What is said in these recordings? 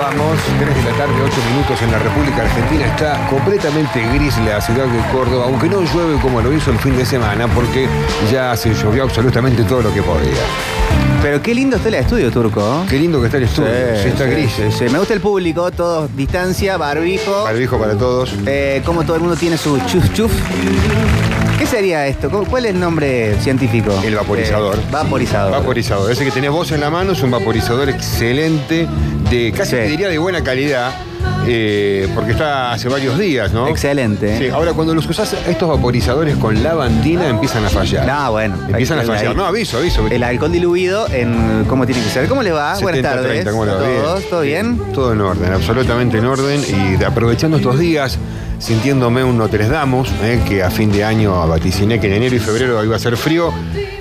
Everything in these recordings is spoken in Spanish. vamos. 3 de la tarde, 8 minutos en la República Argentina. Está completamente gris la ciudad de Córdoba, aunque no llueve como lo hizo el fin de semana, porque ya se llovió absolutamente todo lo que podía. Pero qué lindo está el estudio, Turco. Qué lindo que está el estudio. Sí, Sí, está sí, gris. eh. sí, sí. Me gusta el público, todos, distancia, barbijo. Barbijo para todos. Eh, como todo el mundo tiene su chuf chuf. ¿Qué sería esto? ¿Cómo- ¿Cuál es el nombre científico? El vaporizador. Eh, vaporizador. Vaporizador. Ese que tenés vos en la mano es un vaporizador excelente, de casi Sí. te diría de buena calidad, eh, porque está hace varios días, ¿no? Excelente. eh. Sí, ahora cuando los usás, estos vaporizadores con lavandina empiezan a fallar. No, Ah, bueno. Empiezan a El- el- fallar. No, aviso, aviso. El alcohol diluido en cómo tiene que ser. ¿Cómo les va? Ah, Buenas 70, tardes. 30, ¿cómo le ¿A va? todos? ¿Todo bien? Todo en orden, absolutamente en orden. Y de- aprovechando estos días, sintiéndome un Notre Dame, eh, que a fin de año vaticiné que en enero y febrero iba a ser frío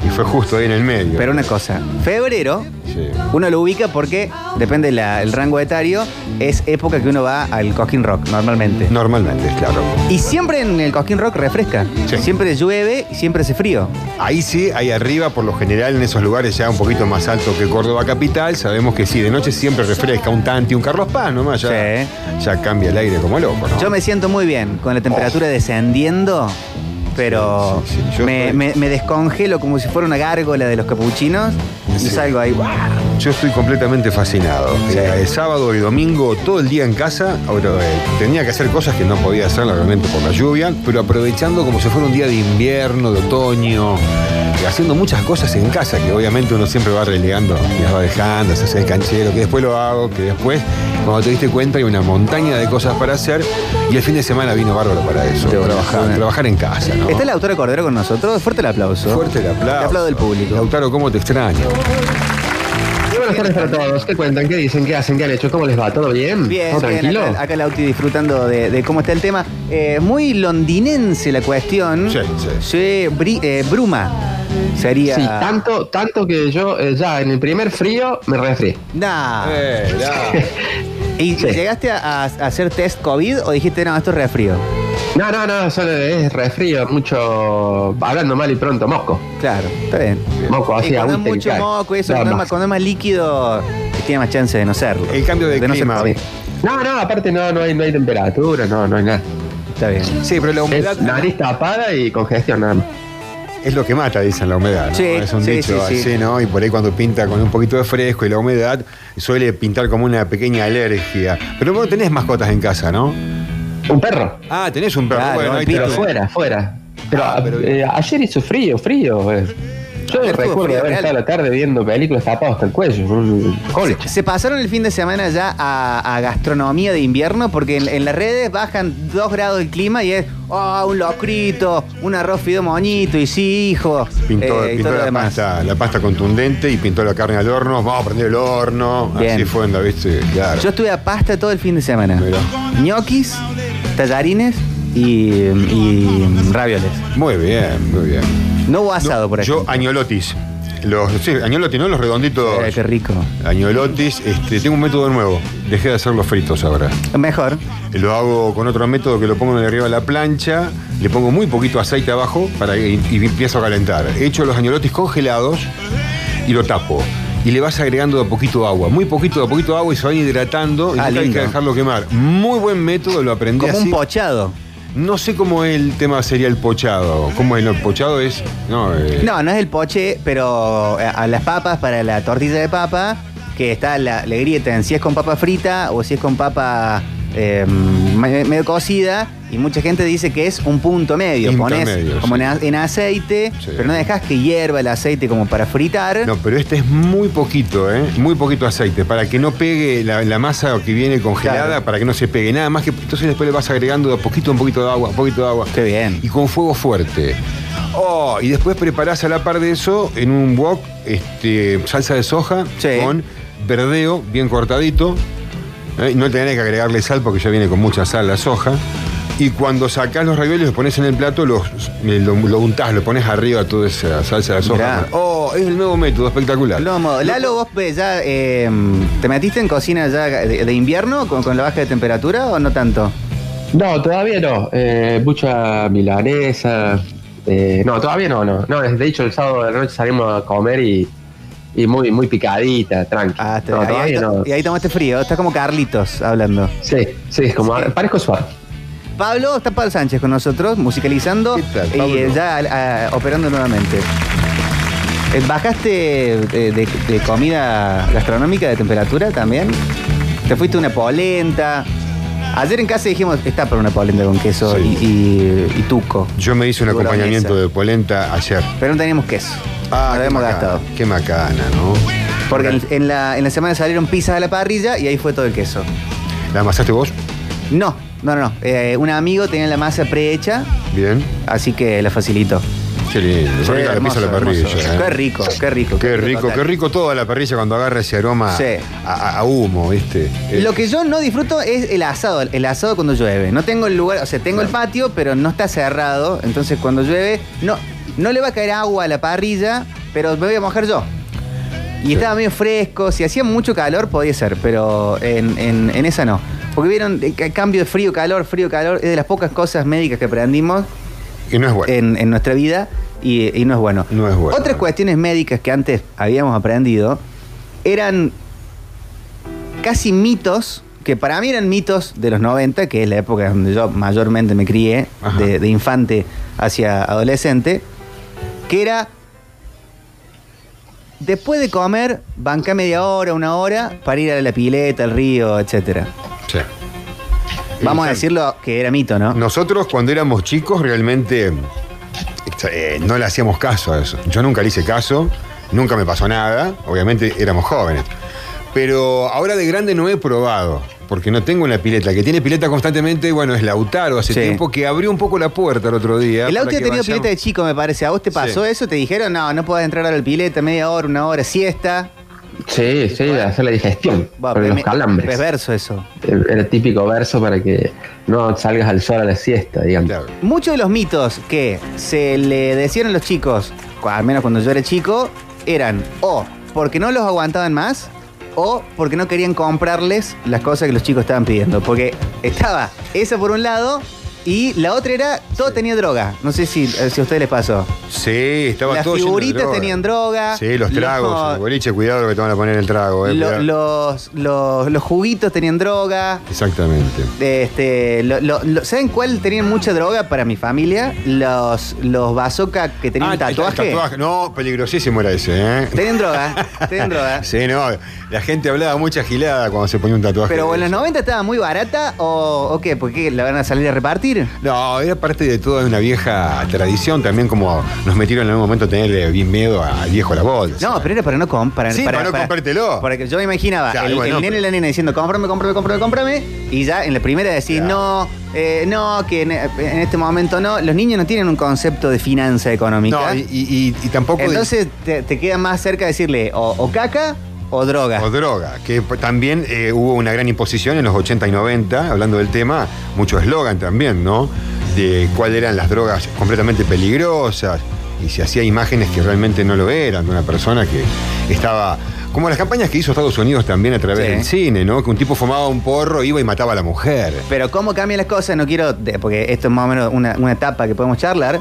y fue justo ahí en el medio. Pero una cosa, febrero Sí. uno lo ubica porque depende del rango etario, es época que uno va al Cosquín Rock normalmente. Normalmente, claro. Y siempre en el Cosquín Rock refresca. Sí. Siempre llueve y siempre hace frío. Ahí sí, ahí arriba, por lo general, en esos lugares ya un poquito más alto que Córdoba Capital, sabemos que sí, de noche siempre refresca un tanti, un Carlos Paz nomás, ya, Sí. ya cambia el aire como loco, ¿no? Yo me siento muy bien con la temperatura descendiendo, pero Oh. Sí, sí, sí, yo me, estoy- me- me descongelo como si fuera una gárgola de los capuchinos y Sí. salgo ahí. ¡guau! Yo estoy completamente fascinado. Eh, sábado y domingo, todo el día en casa. Ahora, eh, tenía que hacer cosas que no podía hacer, realmente, por la lluvia, pero aprovechando como si fuera un día de invierno, de otoño, y haciendo muchas cosas en casa que obviamente uno siempre va relegando, y las va dejando, se hace el canchero, que después lo hago, que después, cuando te diste cuenta, hay una montaña de cosas para hacer, y el fin de semana vino bárbaro para eso. De buena Trabajar, forma. trabajar en casa, ¿no? ¿Está la autora Cordero con nosotros? Fuerte el aplauso. Fuerte el aplauso. El aplauso del público. Lautaro, ¿cómo te extraño? Muy buenas tardes para todos. ¿Qué cuentan? ¿Qué dicen? ¿Qué hacen? ¿Qué han hecho? ¿Cómo les va? ¿Todo bien? Bien, ¿Todo bien, tranquilo? acá, acá Lauti disfrutando de, de cómo está el tema. Eh, muy londinense la cuestión. Sí, sí. Sí, bri- eh, bruma sería. Sí, tanto, tanto que yo eh, ya en el primer frío me resfrié. Nah. Eh, la- ¿Y Sí. llegaste a, a hacer test COVID o dijiste, no, esto es resfrío? No, no, no, solo es resfrío, mucho, hablando mal y pronto, mosco. Claro, está bien. Moco, Y así cuando aún es te mucho cae. moco, eso, cuando Nada es, más. más, cuando es más líquido, tiene más chance de no serlo. El cambio de no ser clima. COVID. No, no, aparte no, no, hay, no hay temperatura, no, no hay nada. Está bien. Sí, pero la humedad. Es nariz tapada y congestión nada más. Es lo que mata, dicen, la humedad. ¿no? Sí, es un sí, dicho sí, así, sí. ¿no? Y por ahí cuando pinta con un poquito de fresco y la humedad, suele pintar como una pequeña alergia. Pero vos tenés mascotas en casa, ¿no? Un perro, Ah, tenés un perro. Claro, bueno, ahí el te pero lo- Pitu. fuera, fuera. Pero, Ah, pero- eh, ayer hizo frío, frío. eh. Yo Ayer estuvo Ah, frío, recuerdo haber real. estado a la tarde viendo películas tapados hasta el cuello. Colcha. Se pasaron el fin de semana ya a, a gastronomía de invierno porque en, en las redes bajan 2 grados el clima y es, ah, un locrito, un arroz fideo moñito, y sí, hijo. Pintó, eh, y pintó todo lo la, demás. pasta, la pasta contundente y pintó la carne al horno. Vamos a prender el horno. Bien. Así fue, ¿no? ¿viste? Claro. Yo estuve a pasta todo el fin de semana. Mirá. Ñoquis, tallarines y, y ravioles. Muy bien, muy bien. No hubo asado No, por aquí. Yo, añolotis. Los, sí, añolotis, ¿no? Los redonditos. qué rico. Añolotis. Este, tengo un método nuevo. Dejé de hacer los fritos ahora. Mejor. Lo hago con otro método que lo pongo de arriba de la plancha, le pongo muy poquito aceite abajo para, y, y empiezo a calentar. Echo los añolotis congelados y lo tapo. Y le vas agregando de a poquito agua, muy poquito de a poquito agua y se van hidratando y Ah, nunca hay que lindo. dejarlo quemar. Muy buen método, lo aprendí Como así. un pochado. No sé cómo el tema sería el pochado. ¿Cómo el pochado es? No, eh, No, no es el poche, pero eh, a a las papas, para la tortilla de papa, que está la, la grieta en si es con papa frita o si es con papa eh, me- medio cocida. Y mucha gente dice que es un punto medio. Pones Intermedio, como sí. en a- en aceite, Sí. pero no dejas que hierva el aceite como para fritar. No, pero este es muy poquito, ¿eh? Muy poquito aceite, para que no pegue la, la masa que viene congelada, Claro. para que no se pegue nada más que. Entonces después le vas agregando de a poquito, un poquito de agua, un poquito de agua. Qué bien. Y con fuego fuerte. Oh, y después preparás a la par de eso en un wok este, salsa de soja Sí. con verdeo bien cortadito. ¿eh? No tenés que agregarle sal porque ya viene con mucha sal la soja. Y cuando sacás los ravioles, los pones en el plato, los, eh, lo, lo untás, lo pones arriba toda esa salsa de soja. Mirá. Oh, es el nuevo método, espectacular. Lomo, Lalo, vos pe- ya eh, te metiste en cocina ya de, de invierno con, con la baja de temperatura o no tanto? No, todavía no. Eh, bucha milanesa. eh, no, todavía no, no. No, es- de hecho el sábado de la noche salimos a comer y y muy, muy picadita, tranqui. Ah, te- No, ahí- ahí todavía to- no. Y ahí tomaste frío. Estás como Carlitos hablando. Sí, sí, es como, parezco suave. Pablo, está Pablo Sánchez con nosotros, musicalizando ¿Qué tal, Pablo? y eh, ya ah, operando nuevamente. Eh, ¿Bajaste eh, de, de comida gastronómica de temperatura también? ¿Te fuiste una polenta? Ayer en casa dijimos, está para una polenta con queso Sí. y, y- y tuco. Yo me hice un Boloñesa. acompañamiento de polenta ayer. Pero no teníamos queso. Ah, no qué lo Ah, hemos macana, gastado. Qué macana, ¿no? Porque en, en la, en la semana salieron pizzas a la parrilla y ahí fue todo el queso. ¿La amasaste vos? No, no, no. no. Eh, un amigo tenía la masa prehecha, Bien. así que la facilitó. Qué lindo. Sí, Qué rica la hermoso, pizza a la hermoso. parrilla. ¿eh? Qué rico, qué rico. Qué rico, total. qué rico toda la parrilla cuando agarra ese aroma Sí. a, a- a humo, ¿viste? Eh, Lo que yo no disfruto es el asado, el asado cuando llueve. No tengo el lugar, o sea, tengo el patio, pero no está cerrado, entonces cuando llueve no, no le va a caer agua a la parrilla, pero me voy a mojar yo. Y Sí. estaba medio fresco, si hacía mucho calor podía ser, pero en, en- en esa no. Porque vieron el ca- cambio de frío-calor, frío-calor, es de las pocas cosas médicas que aprendimos Eh, Y no es bueno. en, en nuestra vida y, y no es bueno. No es bueno. Otras cuestiones médicas que antes habíamos aprendido eran casi mitos, que para mí eran mitos de los 90, que es la época donde yo mayormente me crié, Ajá. de, de infante hacia adolescente, que era, después de comer, banca media hora, una hora, para ir a la pileta, al río, etcétera Sí. Vamos a Exacto. decirlo que era mito, ¿no? Nosotros cuando éramos chicos realmente eh, no le hacíamos caso a eso. Yo nunca le hice caso, nunca me pasó nada, obviamente éramos jóvenes. Pero ahora de grande no he probado, porque no tengo una pileta. El Que tiene pileta constantemente, bueno, es Lautaro hace Sí. tiempo que abrió un poco la puerta el otro día. El auto ha para que tenido vayamos- pileta de chico, me parece. ¿A vos te pasó Sí. eso? ¿Te dijeron, no, no podés entrar a la pileta media hora, una hora, siesta? Sí, sí, de hacer la digestión, Va, con pero los me- calambres. Perverso eso. El, el típico verso para que no salgas al sol a la siesta, digamos. Claro. Muchos de los mitos que se le decían a los chicos, cu- al menos cuando yo era chico, eran o porque no los aguantaban más o porque no querían comprarles las cosas que los chicos estaban pidiendo. Porque estaba esa por un lado y la otra era, todo tenía droga. No sé si, si a ustedes les pasó. Sí, estaba Las todo lleno de figuritas droga. tenían droga. Sí, los tragos, Los- en el boliche, cuidado lo que te van a poner en el trago. eh, Lo- cuidado. los, los, los juguitos tenían droga. Exactamente. Este, lo- lo- lo- ¿Saben cuál tenían mucha droga para mi familia? Los, los bazooka que tenían Ah, tatuaje. tatuaje. No, peligrosísimo era ese, ¿eh? Tenían droga, tenían droga. Sí, no, la gente hablaba mucha gilada cuando se ponía un tatuaje. Pero en los 90 estaba muy barata o, o qué, ¿por qué la van a salir a repartir? No, era parte de toda una vieja tradición, también como nos metieron en algún momento a tenerle bien miedo al viejo la bolsa. No, pero era para no comprar. Sí, para no comprártelo. Porque yo me imaginaba Claro, el, el bueno, nene y pero- la nena diciendo, cómprame, cómprame, cómprame, cómprame. Y ya en la primera decís, Claro. no, eh, no, que en, en este momento no. Los niños no tienen un concepto de finanza No, económica. y, y- y- y tampoco de- Entonces te, te queda más cerca decirle o, o caca o droga. o droga, que p- también eh, hubo una gran imposición en los 80 y 90, hablando del tema, mucho eslogan también, ¿no? De cuáles eran las drogas completamente peligrosas y se hacía imágenes que realmente no lo eran, de una persona que estaba... Como las campañas que hizo Estados Unidos también a través Sí. del cine, ¿no? Que un tipo fumaba un porro, iba y mataba a la mujer. Pero cómo cambian las cosas, no quiero, de- porque esto es más o menos una, una etapa que podemos charlar,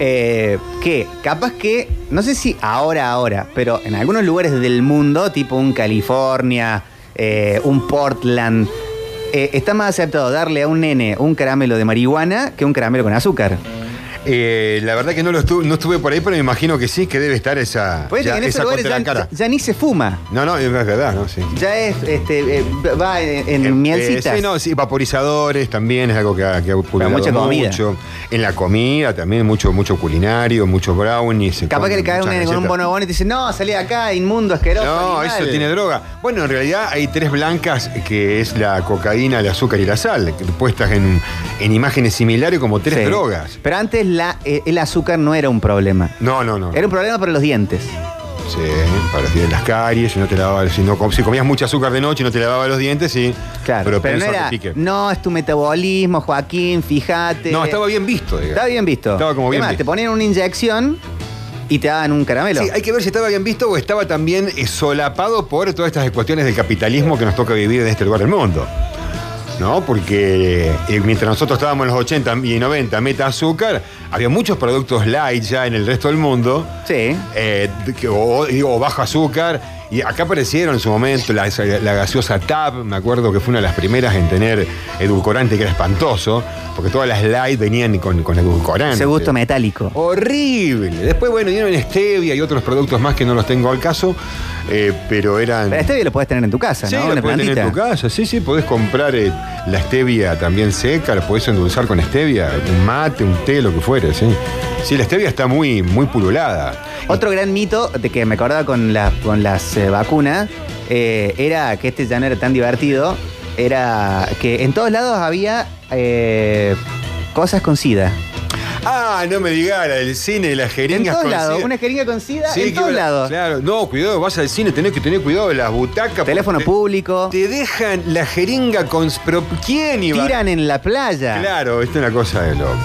eh, que capaz que, no sé si ahora, ahora, pero en algunos lugares del mundo, tipo un California, eh, un Portland, eh, está más aceptado darle a un nene un caramelo de marihuana que un caramelo con azúcar. Eh, la verdad que no lo estuve, no estuve por ahí, pero me imagino que sí, que debe estar esa, Pues ya, en esos esa lugares ya, contracara. ya ni se fuma. No, no, es verdad, ¿no? Sí. Ya es, este, eh, va en, en Eh, mielcitas. eh, sí, no, sí, vaporizadores también es algo que ha, que ha publicado mucha comida. mucho. En la comida también, mucho, mucho culinario, mucho brownies. se Capaz que comen le cae un muchas nene con un galletas. bonobón y te dice, no, salí de acá, inmundo, asqueroso. No, animal". eso tiene droga. Bueno, en realidad hay tres blancas, que es la cocaína, el azúcar y la sal, que- puestas en, en imágenes similares como tres Sí. drogas. Pero antes la, eh, el azúcar no era un problema. No, no, no. Era un problema para los dientes. Sí, para de las caries, si no te lavabas, si, no, com- si comías mucho azúcar de noche y no te lavabas los dientes, sí. Claro. Pero, pensó no que era. pique. No, es tu metabolismo, Joaquín, fíjate. No, estaba bien visto, digamos. Estaba bien visto. Estaba como bien Además, visto. te ponían una inyección y te daban un caramelo. Sí, hay que ver si estaba bien visto o estaba también eh, solapado por todas estas cuestiones del capitalismo que nos toca vivir en este lugar del mundo. ¿no? Porque eh, mientras nosotros estábamos en los 80 y 90, meta azúcar, había muchos productos light ya en el resto del mundo, Sí. eh, que- o, digo, bajo azúcar. Y acá aparecieron en su momento la, la gaseosa Tab, me acuerdo que fue una de las primeras en tener edulcorante que era espantoso, porque todas las light venían con, con edulcorante. Ese gusto metálico. Horrible. Después, bueno, dieron stevia y otros productos más que no los tengo al caso, eh, pero eran... Pero Este lo puedes tener en tu casa, Sí, ¿no? la Una podés tener plantita. en tu casa. Sí, sí, podés comprar eh, la stevia también seca, la podés endulzar con stevia, un mate, un té, lo que fuere, sí. Sí, la stevia está muy, muy pululada. Otro gran mito de que me acordaba con, la- con las eh, vacunas eh, era que este ya no era tan divertido. Era que en todos lados había eh, cosas con sida. Ah, no me digas, el cine, las En jeringas todos con lados, sida. una jeringa con sida Sí, que en todos iba- lados. Claro, no, cuidado, vas al cine, tenés que tener cuidado de las butacas. Teléfono porque te- público, Te dejan la jeringa con... Pero ¿quién iba? tiran en la playa. Claro, esto es una cosa de loco.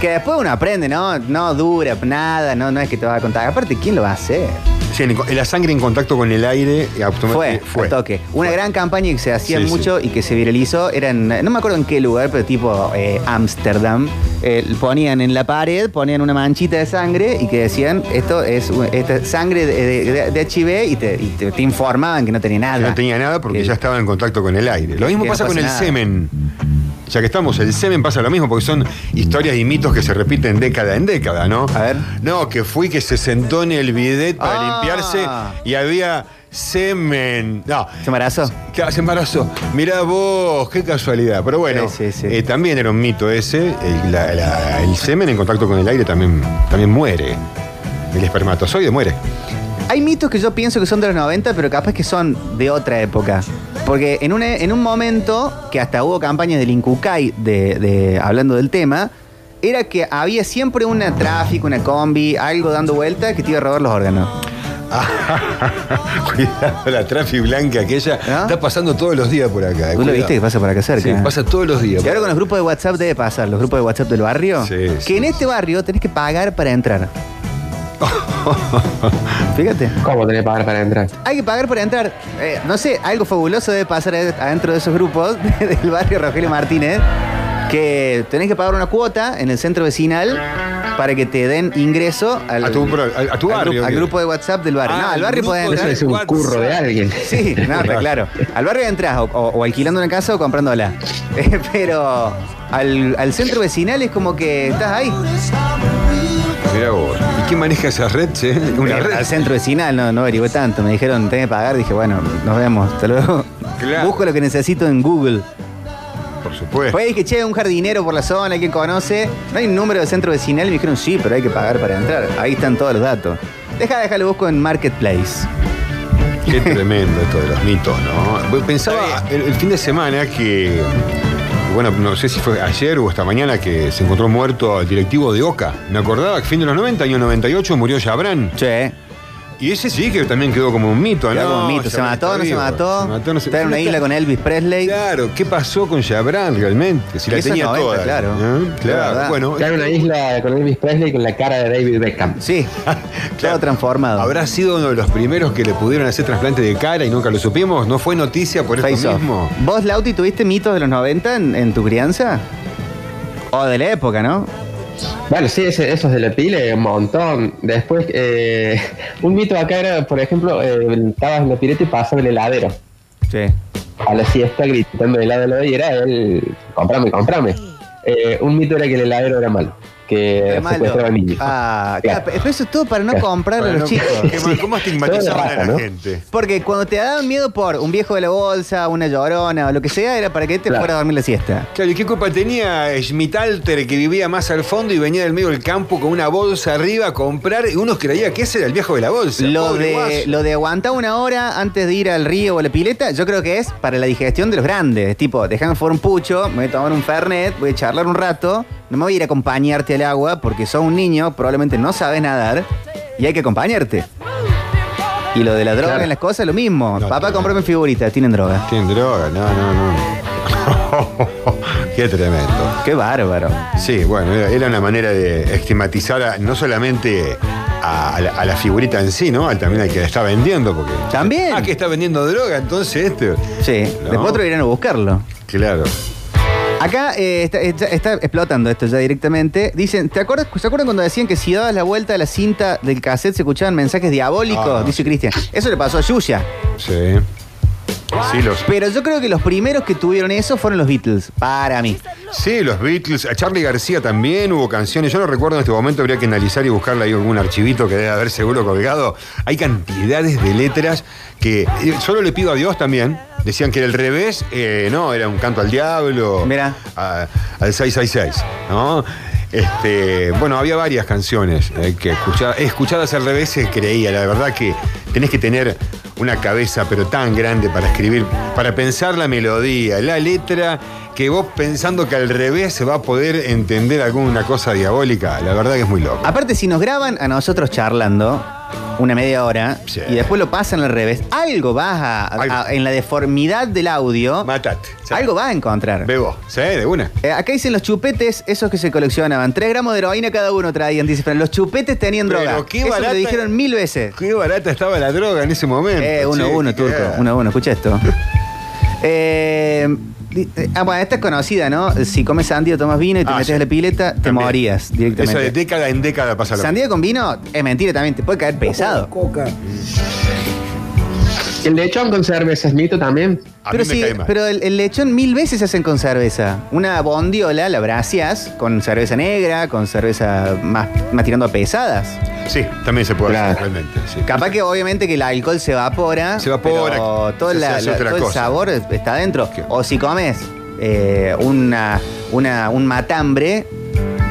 Que después uno aprende, ¿no? No dura nada, no, no es que te va a contar. Aparte, ¿quién lo va a hacer? Sí, en- la sangre en contacto con el aire eh, Fue, automáticamente al toque. Una gran campaña que se hacía Sí, mucho y que se viralizó. Eran, no me acuerdo en qué lugar, pero tipo eh, Ámsterdam. Eh, ponían en la pared, ponían una manchita de sangre y que decían, esto es un- esta es sangre de, de- de HIV y, te, y te- te informaban que no tenía nada. Que No tenía nada porque Que- ya estaba en contacto con el aire. Lo mismo que no pasa con pasa el nada. semen. Ya que estamos, el semen pasa lo mismo porque son historias y mitos que se repiten década en década, ¿no? A ver. No, que fui que se sentó en el bidet para Ah. limpiarse y había semen. No. ¿Se embarazó? Claro, se embarazó. Mirá vos, qué casualidad. Pero bueno, Sí, sí, sí. eh, también era un mito ese. El, la- la- el semen en contacto con el aire también, también muere. El espermatozoide muere. Hay mitos que yo pienso que son de los 90, pero capaz que son de otra época. Porque en un, en un momento que hasta hubo campañas del Incucay de, de- hablando del tema, era que había siempre una tráfico, una combi, algo dando vuelta que te iba a robar los órganos. Cuidado, la trafi blanca aquella ¿Ah? está pasando todos los días por acá. eh, ¿Tú lo cuidado. viste que pasa por acá Sí, cerca? pasa todos los días. y ahora con los grupos de WhatsApp debe pasar, los grupos de WhatsApp del barrio, Sí, que sí, en este barrio tenés que pagar para entrar. Fíjate. ¿Cómo tenés que pagar para entrar? Hay que pagar para entrar. Eh, no sé, algo fabuloso debe pasar ad- adentro de esos grupos del barrio Rogelio Martínez. Que tenés que pagar una cuota en el centro vecinal para que te den ingreso al, A tu pro- a- a tu al barrio, gru- al ¿qué? grupo de WhatsApp del barrio. Ah, no, al al barrio grupo podés de Eso entrar. es un WhatsApp. curro de alguien. Sí, no, está claro. Al barrio entras o, o- o alquilando una casa o comprándola. Eh, Pero al, al centro vecinal es como que estás ahí. Mirá vos. ¿Y quién maneja esa red? che? Una Eh, red. Al centro vecinal no, no averigüé tanto. Me dijeron, tenés que pagar. Dije, bueno, nos vemos. Hasta luego. Claro. Busco lo que necesito en Google. Por supuesto. Pues dije, che, un jardinero por la zona, alguien que conoce. No hay número de centro vecinal. Y me dijeron, sí, pero hay que pagar para entrar. Ahí están todos los datos. Deja, déjalo, busco en Marketplace. Qué tremendo esto de los mitos, ¿no? Pensaba el, el fin de semana que. Bueno, no sé si fue ayer o esta mañana que se encontró muerto el directivo de Oca. Me acordaba que fin de los 90, año 98, murió Jabran. Che, Y ese sí que también quedó como un mito, ¿no? quedó como un mito. ¿Se Jabran mató, está no se vivo. mató? Se mató, no se Está en una isla con Elvis Presley. Claro, ¿qué pasó con Jabran realmente? Si la Eso es tenía 90, toda. claro. ¿eh? Es Claro, verdad. bueno. Está en una isla con Elvis Presley con la cara de David Beckham. Sí, todo transformado. Habrá sido uno de los primeros que le pudieron hacer trasplante de cara y nunca lo supimos. ¿No fue noticia por Face eso off. mismo? ¿Vos, Lauti, tuviste mitos de los 90 en, en tu crianza? O de la época, ¿no? Bueno, sí, ese- esos de la pile, un montón. Después, eh, un mito acá era, por ejemplo, eh, estabas en la pileta y pasaba el heladero. Sí. A la siesta gritando de lado a lado y era él, comprame, comprame. Eh, un mito era que el heladero era malo, que secuestraba Eh, niños. Ah, claro, pero eso es todo para no Claro. comprarle a Bueno, los chicos. qué mal, ¿Cómo Todo estigmatizaban de a raja, la ¿no? gente? Porque cuando te daban miedo por un viejo de la bolsa, una llorona o lo que sea, era para que te Claro. fuera a dormir la siesta. Claro, ¿y qué culpa tenía Schmitalter que vivía más al fondo y venía del medio del campo con una bolsa arriba a comprar? Y uno creía que ese era el viejo de la bolsa. Lo Pobre de, guaso. lo de aguantar una hora antes de ir al río o a la pileta, yo creo que es para la digestión de los grandes. Tipo, dejan fuera un pucho, me voy a tomar un fernet, voy a charlar un rato, no me voy a ir a acompañarte al agua porque sos un niño, probablemente no sabes nadar y hay que acompañarte. Y lo de la droga Claro. en las cosas, lo mismo. No, Papá, tremendo. comprame figuritas, tienen droga. Tienen droga, no, no, no. qué tremendo. Qué bárbaro. Sí, bueno, era, era una manera de estigmatizar a- no solamente a, a la, a la figurita en sí, ¿no? Al También al que la está vendiendo, porque. También. Ah, que está vendiendo droga, entonces este. Sí, No. después otro irán a buscarlo. Claro. Acá eh, está, está- está explotando esto ya directamente. Dicen, ¿te acuerdas, ¿se acuerdan cuando decían que si dabas la vuelta a la cinta del cassette se escuchaban mensajes diabólicos? Ah. Dice Cristian. Eso le pasó a Yuya. Sí. Sí, los, Pero yo creo que los primeros que tuvieron eso fueron los Beatles, para mí. sí, los Beatles. A Charlie García también hubo canciones. Yo no recuerdo en este momento, habría que analizar y buscarle ahí algún archivito que debe haber seguro colgado. Hay cantidades de letras que. eh, Solo le pido a Dios también. Decían que era el revés, eh, no, era un canto al diablo. Mirá. a- al 666, ¿no? Este, bueno, había varias canciones eh, que escucha- escuchadas al revés se creía. La verdad que tenés que tener una cabeza, pero tan grande para escribir, para pensar la melodía, la letra, que vos pensando que al revés se va a poder entender alguna cosa diabólica. La verdad que es muy loco. Aparte, si nos graban a nosotros charlando una media hora Sí. y después lo pasan al revés, algo vas a, a- Algo. en la deformidad del audio, Matate. ¿sí? algo vas a encontrar. Bebo, ¿sí? De una. Eh, acá dicen los chupetes, esos que se coleccionaban. Tres gramos de heroína cada uno traían, dice Fran. Los chupetes tenían Pero droga. qué Eso barata- lo dijeron mil veces. Qué barata estaba la droga en ese momento. Eh, uno a che, uno, qué turco. cagada. Uno a uno, escucha esto. Eh, di- eh, ah, bueno, esta es conocida, ¿no? Si comes sandía, tomas vino y te Ah, metes sí. en la pileta, te También. morías Esa directamente. de década en década pasa lo mismo. Sandía con vino es mentira también, te puede caer pesado. El lechón con cerveza es mito también. A pero mí me sí, cae mal. pero el, el lechón mil veces se hacen con cerveza. Una bondiola la bracias con cerveza negra, con cerveza más, más tirando a pesadas. Sí, también se puede hacer, Claro. realmente. sí. Capaz que obviamente que el alcohol se evapora. Se evapora, pero todo, se la- hace la- otra todo el cosa. sabor está adentro. Qué- O si comes eh, una, una- un matambre,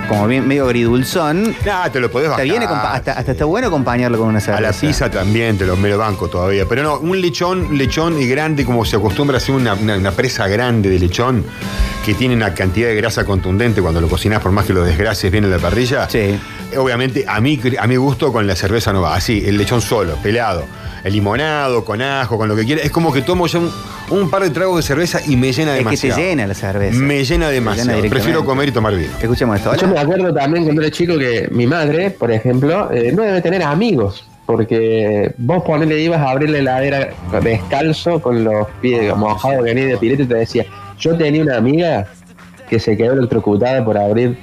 como bien, medio agridulzón, Nah, te lo podés bajar. te viene con pa- hasta, hasta está bueno acompañarlo con una cerveza. Ah, A la pizza también te lo, me lo banco todavía. Pero no, un lechón, un lechón y grande, como se acostumbra a hacer una, una- una presa grande de lechón, que tiene una cantidad de grasa contundente cuando lo cocinas, por más que lo desgrases bien en la parrilla. Sí. Eh, Obviamente, a mí, a mi gusto con la cerveza no va. Así, el lechón solo, pelado. El limonado, con ajo, con lo que quiera. Es como que tomo ya un, un par de tragos de cerveza y me llena Es que te demasiado. llena la cerveza. Me llena demasiado. directamente. Prefiero comer y tomar vino. Escuchemos esto. Yo me Hola. acuerdo también cuando era chico que mi madre, por ejemplo, eh, no debe tener amigos. Porque vos ponele, ibas a abrir la heladera descalzo con los pies mojados, venía de pileta y te decía, yo tenía una amiga que se quedó electrocutada por abrir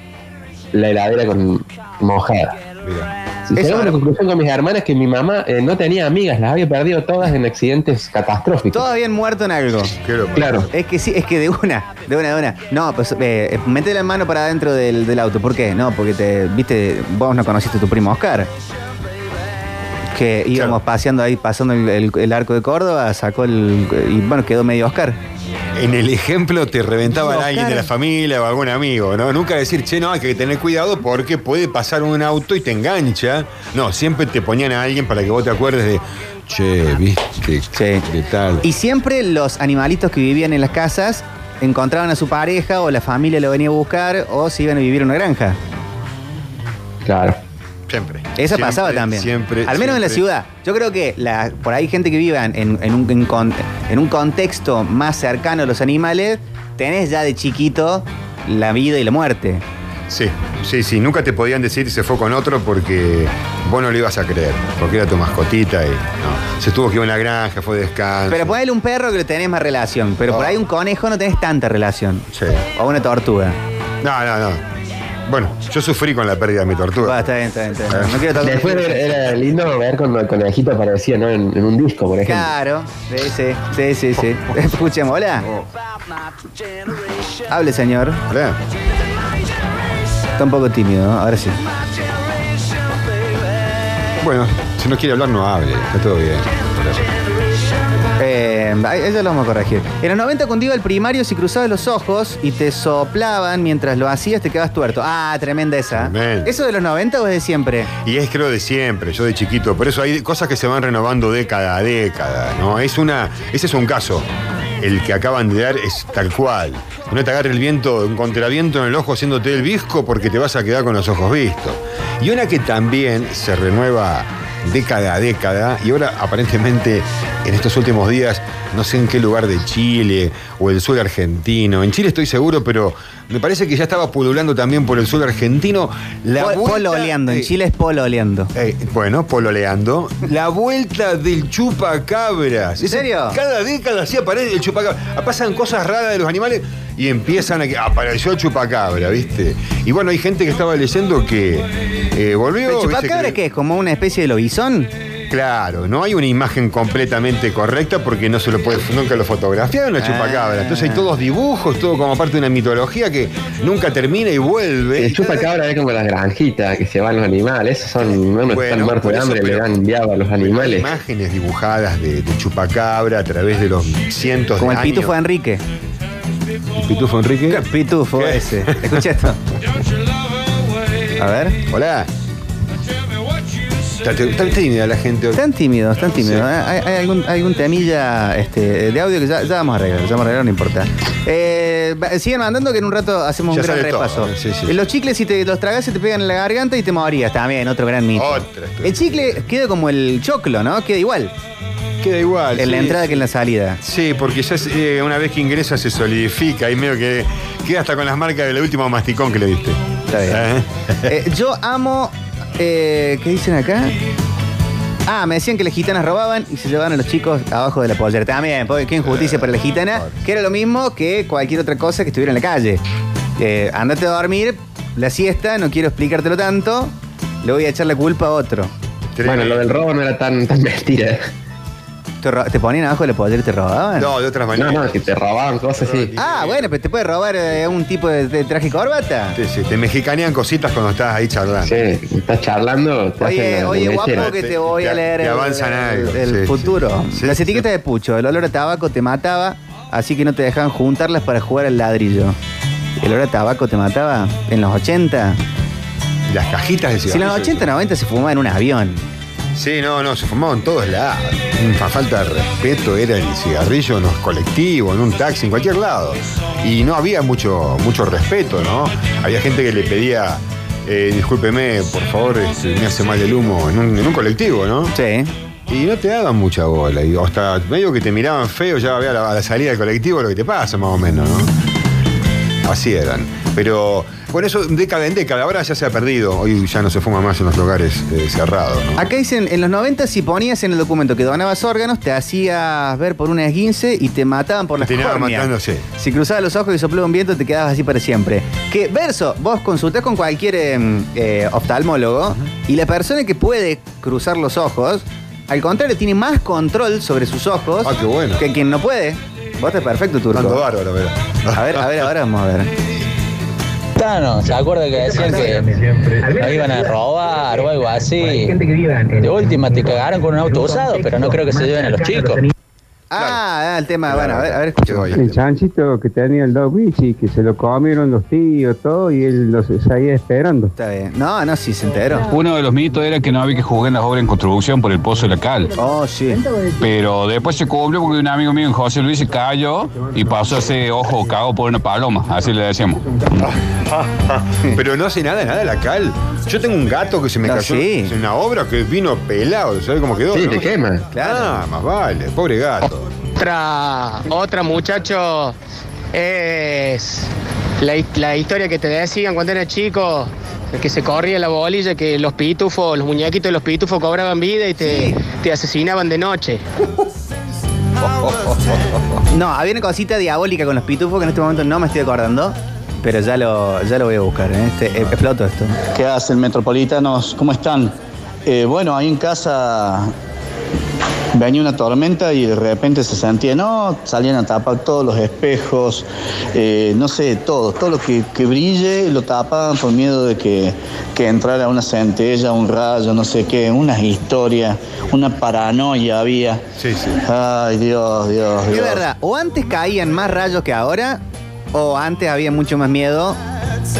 la heladera con mojada. Mirá. Eso- Llegamos a la conclusión con mis hermanas que mi mamá eh, no tenía amigas, las había perdido todas en accidentes catastróficos. Todos habían muerto en algo. Qué loco. Claro. Es que sí, es que de una, de una, de una. No, pues eh, mete la mano para adentro del, del auto. ¿Por qué? No, porque te, viste, vos no conociste a tu primo Oscar. Que íbamos Claro. paseando ahí, pasando el, el- el arco de Córdoba, sacó el. Y bueno, quedó medio Oscar. En el ejemplo te reventaba No, a alguien de claro. la familia o algún amigo, ¿no? Nunca decir, che, no, hay que tener cuidado porque puede pasar un auto y te engancha. No, siempre te ponían a alguien para que vos te acuerdes de, che, viste, Sí. qué tal. Y siempre los animalitos que vivían en las casas encontraban a su pareja o la familia lo venía a buscar o se iban a vivir en una granja. Claro. Siempre. Esa Siempre, pasaba también. Siempre. Al menos en la siempre. ciudad. Yo creo que la, por ahí gente que viva en, en un, en con- en un contexto más cercano a los animales, tenés ya de chiquito la vida y la muerte. Sí, sí, sí. Nunca te podían decir se fue con otro porque vos no lo ibas a creer, porque era tu mascotita y no. Se tuvo que ir a una granja, fue de descanso. Pero ponele un perro que le tenés más relación. Pero por Ah. ahí un conejo no tenés tanta relación. Sí. O una tortuga. No, no, no. Bueno, yo sufrí con la pérdida de mi tortuga. Bueno, está bien, está bien, está bien. No quiero tocar- Después era, era lindo ver cuando el conejito aparecía ¿no? en, en un disco, por ejemplo. Claro. Sí, sí, sí, sí, sí. Escuchemos, hola. Oh. Hable, señor. ¿Verdad? Está un poco tímido, ¿no? Ahora sí. Bueno, si no quiere hablar, no hable. Está todo bien. Eh, ay, eso lo vamos a corregir. En los 90 cuando iba al primario, si cruzabas los ojos y te soplaban mientras lo hacías, te quedabas tuerto. Ah, tremenda esa. Tremendo. ¿Eso de los 90 o es de siempre? Y es creo de siempre, yo de chiquito. Por eso hay cosas que se van renovando década a década, ¿no? Es una. Ese es un caso. El que acaban de dar es tal cual. Que No te agarre el viento, un contraviento en el ojo haciéndote el visco porque te vas a quedar con los ojos vistos. Y una que también se renueva década a década, y ahora aparentemente en estos últimos días no sé en qué lugar de Chile o el sur argentino. En Chile estoy seguro, pero me parece que ya estaba pululando también por el sur argentino. La Pol- vuelta polo oleando, en de- Chile es polo oleando. Eh, bueno, pololeando. La vuelta del chupacabras. ¿En serio? Cada década así aparece el chupacabra. Ah, Pasan cosas raras de los animales y empiezan a que apareció el chupacabra, ¿viste? Y bueno, hay gente que estaba leyendo que eh, volvió. ¿Pero ¿viste? chupacabra Que- qué es? ¿Como una especie de lobizón? Claro, no hay una imagen completamente correcta porque no se lo puede, nunca lo fotografiaron la Ah. chupacabra. Entonces hay todos dibujos, todo como parte de una mitología que nunca termina y vuelve. El chupacabra es como las granjitas que se van los animales. Esos son unos que Bueno, están muertos por de eso, hambre, pero- le dan diablo a los Hay animales. Imágenes dibujadas de, de chupacabra a través de los cientos Como de el años. pitufo de Enrique. Pitufo Enrique. Pitufo ¿Qué? ese. Escucha esto. A ver. Hola. Está, está tímida la gente hoy. Están tímidos, están tímidos. Sí. Hay, hay algún, hay algún temilla este, de audio que ya, ya vamos a arreglar, ya vamos a arreglar, no importa. Eh, va- siguen mandando que en un rato hacemos Ya un gran sale todo, repaso. sí, sí. Eh, Los chicles, si te los tragas, se te pegan en la garganta y te morías también, otro gran mito. Otra. El chicle queda como el choclo, ¿no? Queda igual Queda igual. en la sí. entrada que en la salida. Sí, porque ya es, eh, una vez que ingresa se solidifica y medio que queda hasta con las marcas del último masticón que le diste. Está bien. ¿Eh? Eh, yo amo. eh, ¿Qué dicen acá? Ah, me decían que las gitanas robaban y se llevaban a los chicos abajo de la pollera. También, porque qué injusticia para la gitana, que era lo mismo que cualquier otra cosa que estuviera en la calle. Eh, andate a dormir, la siesta, no quiero explicártelo tanto, le voy a echar la culpa a otro. Bueno, lo del robo no era tan, tan mentira. Te, ro- te ponían abajo de la pollera y te robaban. No, de otras No, maneras. no, que te robaban cosas así. Ah, bueno, pero te puede robar eh, un tipo de, de traje y corbata. Sí, sí, te mexicanean cositas cuando estás ahí charlando. Sí, estás charlando. te hacen Oye, la oye, lechera. guapo, que te voy a Te- leer te el, avanzan el- algo, el sí, futuro. sí. Sí, Las sí. etiquetas de pucho, el olor a tabaco te mataba, así que no te dejaban juntarlas para jugar al ladrillo. ¿El olor a tabaco te mataba en los 80? Las cajitas de si en los cigarrillos. 80, 90 se fumaba en un avión. Sí, no, no, se fumaba en todos lados. Una falta de respeto era el cigarrillo en los colectivos, en un taxi, en cualquier lado. Y no había mucho, mucho respeto, ¿no? Había gente que le pedía, eh, discúlpeme, por favor, este, me hace mal el humo, en un, en un colectivo, ¿no? Sí. Y no te daban mucha bola. Y hasta medio que te miraban feo, ya había la, a la salida del colectivo lo que te pasa, más o menos, ¿no? Así eran. Pero, bueno, eso década en década, ahora ya se ha perdido. Hoy ya no se fuma más en los lugares eh, cerrados, ¿no? Acá dicen, en los 90 si ponías en el documento que donabas órganos, te hacías ver por una esguince y te mataban por las Te tiraban córneas. matándose. Si cruzabas los ojos y soplaba un viento, te quedabas así para siempre. Que verso, vos consultás con cualquier em, eh, oftalmólogo y la persona que puede cruzar los ojos, al contrario, tiene más control sobre sus ojos Ah, qué bueno. que quien no puede. Vos estás perfecto, Ando Turco. bárbaro, pero. A ver, a ver, ahora vamos a ver. Tano, Ah, ¿se acuerda que decían que nos iban a robar o algo así? De última te cagaron con un auto usado, pero no creo que se lleven a los chicos. Ah, el tema, bueno, a ver, a ver, Quedó escuchemos. ahí. El chanchito que tenía el Dog Richie, que se lo comieron los tíos, todo, y él los seguía esperando. Está bien. No, no, sí, se enteró. Uno de los mitos era que no había que jugar en las obras en construcción por el pozo de la cal. Oh, sí. Pero después se cumplió porque un amigo mío, José Luis, se cayó y pasó ese ojo cago por una paloma. Así le decíamos. Pero no hace nada, nada la cal. Yo tengo un gato que se me Ah, cayó sí. en una obra que vino pelado, ¿sabes cómo quedó? Sí, no? te quema. Claro. Ah, más vale, pobre gato. Oh. Otra, otra muchacho es la, hi- la historia que te decían cuando era chico, que se corría la bolilla, que los pitufos, los muñequitos de los pitufos cobraban vida y te, Sí. te asesinaban de noche. No, había una cosita diabólica con los pitufos que en este momento no me estoy acordando, pero ya lo, ya lo voy a buscar. ¿eh? Este, eh, exploto esto. ¿Qué hacen, metropolitanos? ¿Cómo están? Eh, bueno, ahí en casa venía una tormenta y de repente se sentía, no, salían a tapar todos los espejos, eh, no sé, todo, todo lo que, que brille lo tapaban por miedo de que, que entrara una centella, un rayo, no sé qué, unas historias, una paranoia había. Sí, sí. Ay, Dios, Dios, Dios. Es verdad, o antes caían más rayos que ahora, o antes había mucho más miedo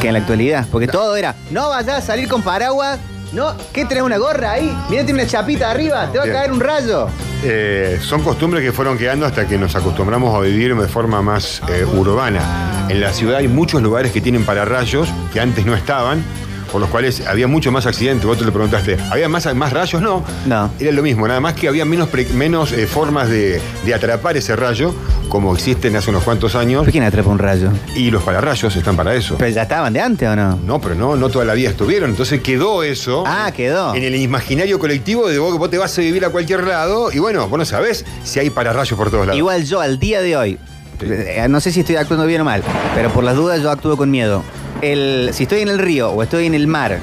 que en la actualidad. Porque todo era, no vayas a salir con paraguas, no, ¿qué tenés una gorra ahí? Mira, tiene una chapita arriba, te va a Bien. caer un rayo. Eh, son costumbres que fueron quedando hasta que nos acostumbramos a vivir de forma más eh, urbana. En la ciudad hay muchos lugares que tienen pararrayos que antes no estaban. por los cuales había mucho más accidentes. Vos te lo preguntaste, ¿había más, más rayos? No. No. Era lo mismo, nada más que había menos, pre- menos eh, formas de, de atrapar ese rayo, como existen hace unos cuantos años, ¿Por quién atrapa un rayo? y los pararrayos están para eso. ¿Pero ya estaban de antes o no? No, pero no, no toda la vida estuvieron. Entonces quedó eso. Ah, quedó. En el imaginario colectivo de vos que vos te vas a vivir a cualquier lado. Y bueno, vos no sabés si hay pararrayos por todos lados. Igual yo al día de hoy, Sí. eh, no sé si estoy actuando bien o mal, pero por las dudas yo actúo con miedo. El, si estoy en el río o estoy en el mar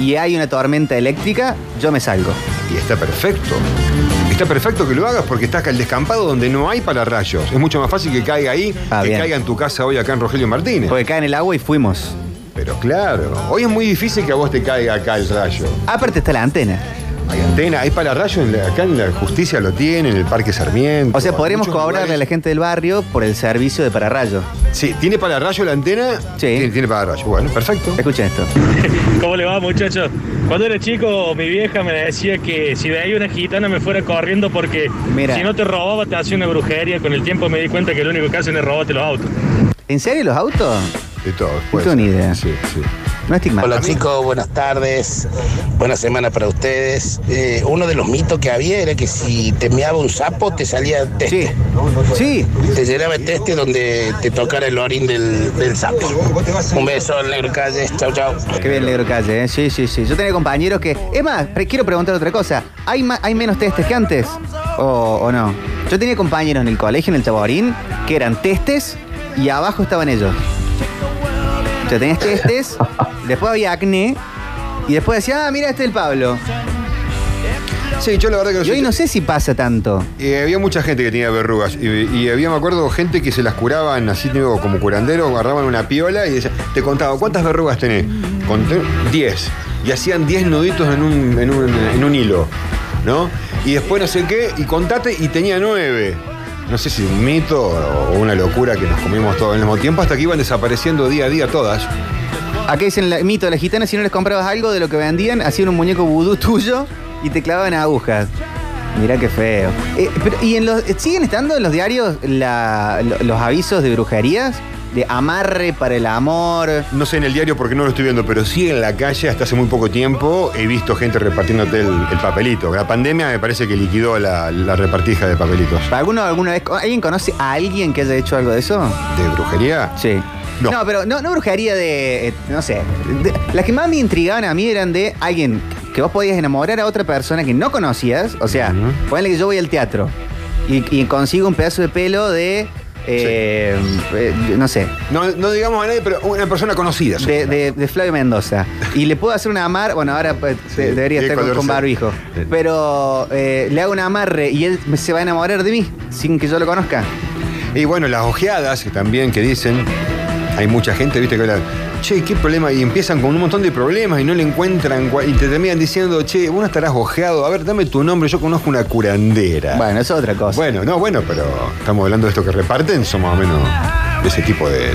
y hay una tormenta eléctrica, yo me salgo. Y está perfecto. Está perfecto que lo hagas porque estás acá al descampado donde no hay pararrayos. Es mucho más fácil que caiga ahí Ah, que bien. Pues- caiga en tu casa hoy acá en Rogelio Martínez. Porque cae en el agua y fuimos. Pero claro, hoy es muy difícil que a vos te caiga acá el rayo. Aparte está la antena. Hay antena, hay pararrayos, en la- acá en la justicia lo tienen, en el Parque Sarmiento. O sea, en podríamos muchos cobrarle a la lugares. gente del barrio por el servicio de pararrayo. Sí, ¿tiene pararrayo la antena? Sí. Tiene, tiene pararrayo. Bueno, perfecto. Escuchen esto. ¿Cómo le va, muchachos? Cuando era chico, mi vieja me decía que si veía una gitana me fuera corriendo porque Mira. si no te robaba te hacía una brujería. Con el tiempo me di cuenta que lo único que hacen es robarte los autos. ¿En serio los autos? De todo. puede tengo ser. ni idea. Sí, sí. No estigma. Hola chicos, buenas tardes, buena semana para ustedes. Eh, uno de los mitos que había era que si te meaba un sapo te salía teste, Sí. Sí. te llenaba el teste donde te tocara el orín del, del sapo. Un beso al negro calle, chau chau. Qué bien negro calle, ¿eh? Sí, sí, sí. Yo tenía compañeros que. Es más, pre- quiero preguntar otra cosa. ¿Hay, ma- hay menos testes que antes? ¿O, o no? Yo tenía compañeros en el colegio, en el Taborín, que eran testes y abajo estaban ellos. O sea, tenías testes, después había acné y después decía, ah, mira, este es el Pablo. Sí, yo la verdad que Y hoy soy- no sé si pasa tanto. Eh, había mucha gente que tenía verrugas y, y había, me acuerdo, gente que se las curaban así tipo, como curandero, agarraban una piola y decían, te contaba, ¿cuántas verrugas tenés? Conté 10. Y hacían 10 nuditos en un, en, un, en un hilo, ¿no? Y después no sé qué, y contate, y tenía 9. No sé si un mito o una locura que nos comimos todos al mismo tiempo, hasta que iban desapareciendo día a día todas. Acá dicen el mito de las gitanas, si no les comprabas algo de lo que vendían, hacían un muñeco vudú tuyo y te clavaban agujas. Mirá qué feo. Eh, pero, ¿Y en los, siguen estando en los diarios la- lo- los avisos de brujerías? De amarre para el amor. No sé en el diario porque no lo estoy viendo, pero sí en la calle hasta hace muy poco tiempo he visto gente repartiéndote el, el papelito. La pandemia me parece que liquidó la, la repartija de papelitos. ¿Alguno, alguna vez, ¿Alguien conoce a alguien que haya hecho algo de eso? ¿De brujería? Sí. No. No, pero no, no brujería de. eh, no sé. De- las que más me intrigaban a mí eran de alguien que vos podías enamorar a otra persona que no conocías. O sea, Ujú. ponle que yo voy al teatro y, y consigo un pedazo de pelo de. eh, eh, no sé, No, no digamos a nadie, pero una persona conocida. de, de- de Flavio Mendoza. Y le puedo hacer un amarre. Bueno, ahora pues, Sí, de- debería Diego estar con, con Dorce. barbijo. Pero eh, le hago un amarre y él se va a enamorar de mí sin que yo lo conozca. Y bueno, las ojeadas que también que dicen. Hay mucha gente, viste, que habla. Che, qué problema. Y empiezan con un montón de problemas y no le encuentran. cua- Y te terminan diciendo, che, vos no estarás ojeado. A ver, dame tu nombre. Yo conozco una curandera. Bueno, es otra cosa. Ah. Bueno, no, bueno, pero estamos hablando de esto que reparten, son más o menos de ese tipo de, de-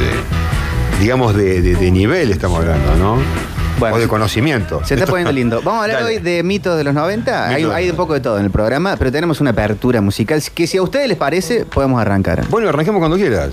digamos, de, de- de nivel estamos hablando, ¿no? Bueno, o de se- conocimiento. Se está Esto- poniendo lindo. Vamos a hablar Dale. hoy de mitos de los 90. Hay, Mitos de- hay un poco de todo en el programa, pero tenemos una apertura musical que si a ustedes les parece, podemos arrancar. Bueno, arranquemos cuando quieras.